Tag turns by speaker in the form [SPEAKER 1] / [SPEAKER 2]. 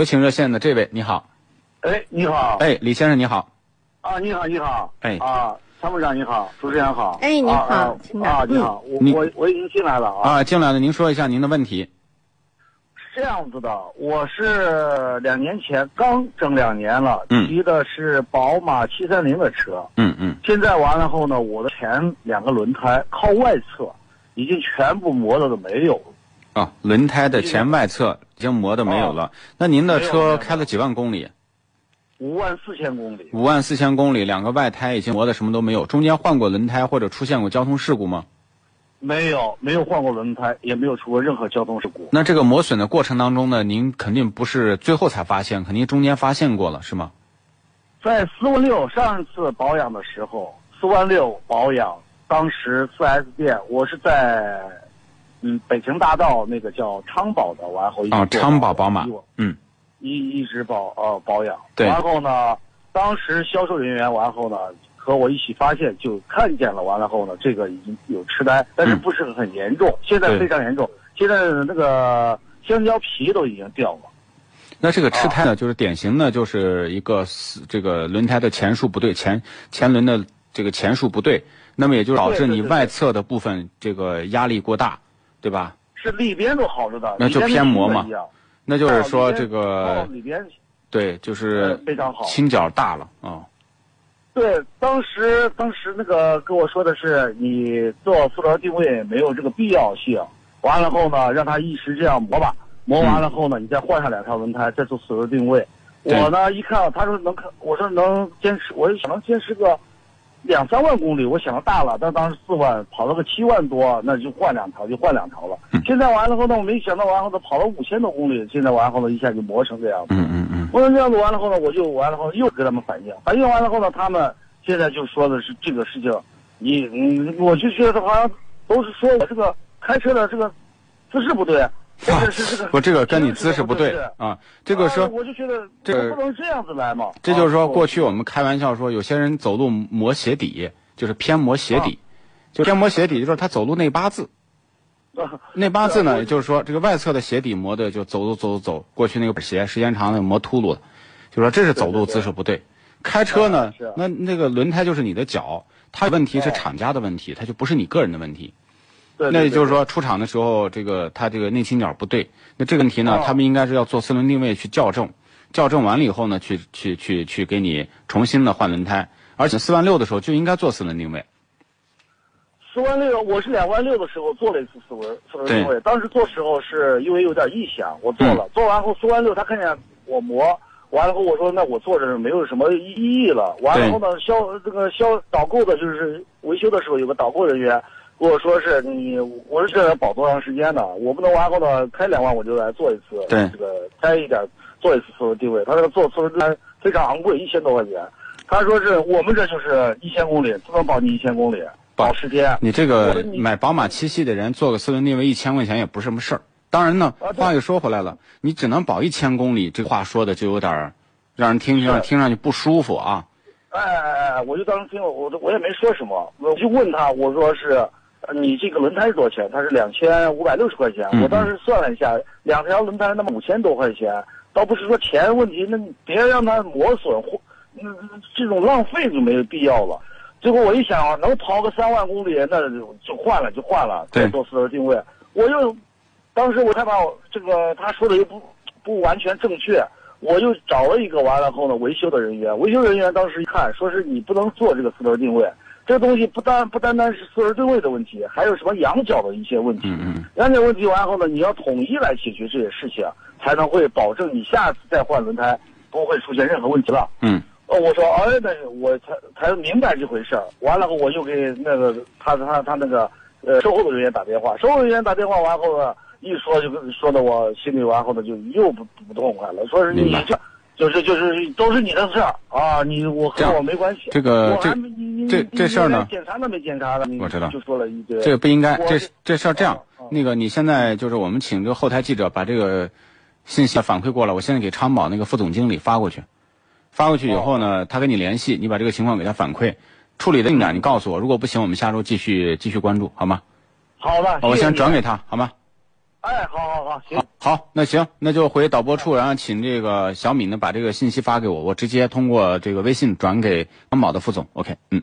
[SPEAKER 1] 有请热线的这位，你好，
[SPEAKER 2] 哎，你好，
[SPEAKER 1] 哎，李先生你好，
[SPEAKER 2] 啊，你好，你好，
[SPEAKER 1] 哎
[SPEAKER 2] 啊，参谋长你好，主持人好，
[SPEAKER 3] 哎你好
[SPEAKER 2] 啊
[SPEAKER 3] 请
[SPEAKER 2] 啊，啊
[SPEAKER 3] 讲嗯
[SPEAKER 2] 你好，我
[SPEAKER 1] 你
[SPEAKER 2] 我我已经进来了啊，
[SPEAKER 1] 啊，进来了，您说一下您的问题，
[SPEAKER 2] 是这样子的，我是两年前刚整两年了，
[SPEAKER 1] 嗯
[SPEAKER 2] 骑的是宝马七三零的车，
[SPEAKER 1] 嗯嗯，
[SPEAKER 2] 现在完了后呢，我的前两个轮胎靠外侧已经全部磨的都没有了，
[SPEAKER 1] 啊，轮胎的前外侧已经磨的没有了，那您的
[SPEAKER 2] 哦没有没
[SPEAKER 1] 车
[SPEAKER 2] 有
[SPEAKER 1] 开了几万公里？
[SPEAKER 2] 五万四千公里，
[SPEAKER 1] 五万四千公里，两个外胎已经磨的什么都没有，中间换过轮胎或者出现过交通事故吗？
[SPEAKER 2] 没有没有换过轮胎，也没有出过任何交通事故，
[SPEAKER 1] 那这个磨损的过程当中呢，您肯定不是最后才发现，肯定中间发现过了，是吗？
[SPEAKER 2] 在四万六上一次保养的时候，四万六保养，当时四 S 店我是在嗯北京大道那个叫昌宝的，完后一直
[SPEAKER 1] 啊，
[SPEAKER 2] 做
[SPEAKER 1] 昌宝宝马
[SPEAKER 2] 一我，
[SPEAKER 1] 嗯
[SPEAKER 2] 一一直保呃保养，
[SPEAKER 1] 对
[SPEAKER 2] 然后呢，当时销售人员完后呢和我一起发现就看见了，完了后呢这个已经有痴呆，但是
[SPEAKER 1] 嗯
[SPEAKER 2] 不是很严重，现在
[SPEAKER 1] 对
[SPEAKER 2] 非常严重，现在那个香蕉皮都已经掉了。
[SPEAKER 1] 那这个吃
[SPEAKER 2] 哦
[SPEAKER 1] 胎呢，就是典型的，就是一个死这个轮胎的前束不对，前前轮的这个前束不对，那么也就导致
[SPEAKER 2] 对对
[SPEAKER 1] 你
[SPEAKER 2] 对
[SPEAKER 1] 外侧的部分这个压力过大，对吧？
[SPEAKER 2] 是里边都好着的，
[SPEAKER 1] 那就
[SPEAKER 2] 里边
[SPEAKER 1] 偏磨
[SPEAKER 2] 跟
[SPEAKER 1] 嘛
[SPEAKER 2] 新的一样
[SPEAKER 1] 那就是说
[SPEAKER 2] 哦里边
[SPEAKER 1] 这
[SPEAKER 2] 哦
[SPEAKER 1] 个
[SPEAKER 2] 里边
[SPEAKER 1] 对，就是
[SPEAKER 2] 呃非常好
[SPEAKER 1] 倾角大了啊、
[SPEAKER 2] 对，当时当时那个跟我说的是，你做塑料定位没有这个必要性。完了后呢，让他一时这样磨吧，磨完了后呢，你再换上两条轮胎，再做塑料定位。
[SPEAKER 1] 对
[SPEAKER 2] 我呢一看，他说能看，我说能坚持，我就想能坚持个两三万公里，我想的大了，但当时四万跑了个七万多，那就换两条，就换两条了。现在完了后呢，我没想到完后呢跑了五千多公里，现在完后呢一下就磨成这样子。
[SPEAKER 1] 嗯嗯嗯，
[SPEAKER 2] 我说这样子完了后呢，我就完了后又给他们反映，反映完了后呢，他们现在就说的是这个事情，你你我就觉得好像都是说我这个开车的这个姿势不对，或者是这个
[SPEAKER 1] 我这个跟你姿势不对
[SPEAKER 2] 姿势
[SPEAKER 1] 啊，这个说
[SPEAKER 2] 啊我就觉得
[SPEAKER 1] 这个
[SPEAKER 2] 我不能这样子来嘛。
[SPEAKER 1] 这就是说，
[SPEAKER 2] 啊
[SPEAKER 1] 过去我们开玩笑说，有些人走路磨鞋底，就是偏磨鞋底，
[SPEAKER 2] 哦
[SPEAKER 1] 就偏磨鞋底，就是他走路内八字。内八字
[SPEAKER 2] 啊
[SPEAKER 1] 呢，也就是说，这个外侧的鞋底磨的就走走走走走，过去那个板鞋时间长了磨秃噜了，就说这是走路姿势不对。开车呢
[SPEAKER 2] 是啊，
[SPEAKER 1] 那那个轮胎就是你的脚，它有问题是
[SPEAKER 2] 哦
[SPEAKER 1] 厂家的问题，它就不是你个人的问题。
[SPEAKER 2] 对
[SPEAKER 1] 那也就是是说，出厂的时候，这个它这个内倾角不对，那这个问题呢
[SPEAKER 2] 哦，
[SPEAKER 1] 他们应该是要做四轮定位去校正，校正完了以后呢，去去去去给你重新的换轮胎，而且四万六的时候就应该做四轮定位。
[SPEAKER 2] 四万六，我是两万六的时候做了一次四轮四轮定位，当时做时候是因为有点异响，我做
[SPEAKER 1] 嗯
[SPEAKER 2] 了，做完后四万六，他看见我磨，完了后我说那我做着没有什么意义了，完了后呢销这个销导购的就是维修的时候有个导购人员。跟我说是你，我是这要保多长时间呢？我不能完后呢开两万我就来做一次，
[SPEAKER 1] 对
[SPEAKER 2] 这个开一点做一次四轮定位。他这个做四轮定位非常昂贵，一千多块钱。他说是我们这就是一千公里，只能保你一千公里，
[SPEAKER 1] 保
[SPEAKER 2] 保十天。
[SPEAKER 1] 你这
[SPEAKER 2] 我
[SPEAKER 1] 个
[SPEAKER 2] 说你
[SPEAKER 1] 买宝马七系的人做个四轮定位一千块钱也不是什么事儿。当然呢，
[SPEAKER 2] 啊对
[SPEAKER 1] 话又说回来了，你只能保一千公里，这话说的就有点儿让人听上
[SPEAKER 2] 是
[SPEAKER 1] 听上去不舒服啊。
[SPEAKER 2] 哎哎哎哎，我就当时听了，我都我也没说什么，我就问他，我说是，呃你这个轮胎是多少钱？他是两千五百六十块钱。
[SPEAKER 1] 嗯
[SPEAKER 2] 我当时算了一下，两条轮胎那么五千多块钱，倒不是说钱问题，那你别让它磨损或，那这种浪费就没有必要了。结果我一想啊，能跑个三万公里，那就就换了就换了，
[SPEAKER 1] 对
[SPEAKER 2] 再做四轮定位。我又，当时我害怕我这个他说的又不不完全正确，我又找了一个完了后呢维修的人员，维修人员当时一看，说是你不能做这个四轮定位，这个东西不单不单单是四轮定位的问题，还有什么仰角的一些问题。
[SPEAKER 1] 嗯嗯。
[SPEAKER 2] 两点问题完后呢，你要统一来解决这些事情，才能会保证你下次再换轮胎不会出现任何问题了。
[SPEAKER 1] 嗯，
[SPEAKER 2] 哦，我说，哎，那我才才明白这回事儿。完了后，我又给那个他他他那个呃售后的人员打电话，售后人员打电话完后呢，一说就跟说的我心里完后呢就又不不痛快了，说是
[SPEAKER 1] 明
[SPEAKER 2] 你
[SPEAKER 1] 白
[SPEAKER 2] 这。就是就是都是你的事儿啊，你我
[SPEAKER 1] 这
[SPEAKER 2] 和
[SPEAKER 1] 样
[SPEAKER 2] 我没关系。
[SPEAKER 1] 这个
[SPEAKER 2] 我还
[SPEAKER 1] 这
[SPEAKER 2] 没你你
[SPEAKER 1] 这
[SPEAKER 2] 你
[SPEAKER 1] 这事儿呢
[SPEAKER 2] 你连检查都没检查呢，你
[SPEAKER 1] 我知道
[SPEAKER 2] 就说了一堆。
[SPEAKER 1] 这个不应该，
[SPEAKER 2] 我
[SPEAKER 1] 这
[SPEAKER 2] 是
[SPEAKER 1] 这事儿这样
[SPEAKER 2] 哦哦，
[SPEAKER 1] 那个你现在就是我们请这个后台记者把这个信息反馈过来，我现在给昌宝那个副总经理发过去，发过去以后
[SPEAKER 2] 哦
[SPEAKER 1] 呢，他跟你联系，你把这个情况给他反馈，处理的进展你告诉我，如果不行，我们下周继续继续关注，好吗？
[SPEAKER 2] 好了，
[SPEAKER 1] 我
[SPEAKER 2] 谢谢
[SPEAKER 1] 先
[SPEAKER 2] 你
[SPEAKER 1] 转给他，好吗？
[SPEAKER 2] 哎，好好好，行。
[SPEAKER 1] 好，那行，那就回导播处，然后请这个小米呢把这个信息发给我，我直接通过这个微信转给安保的副总。OK，嗯。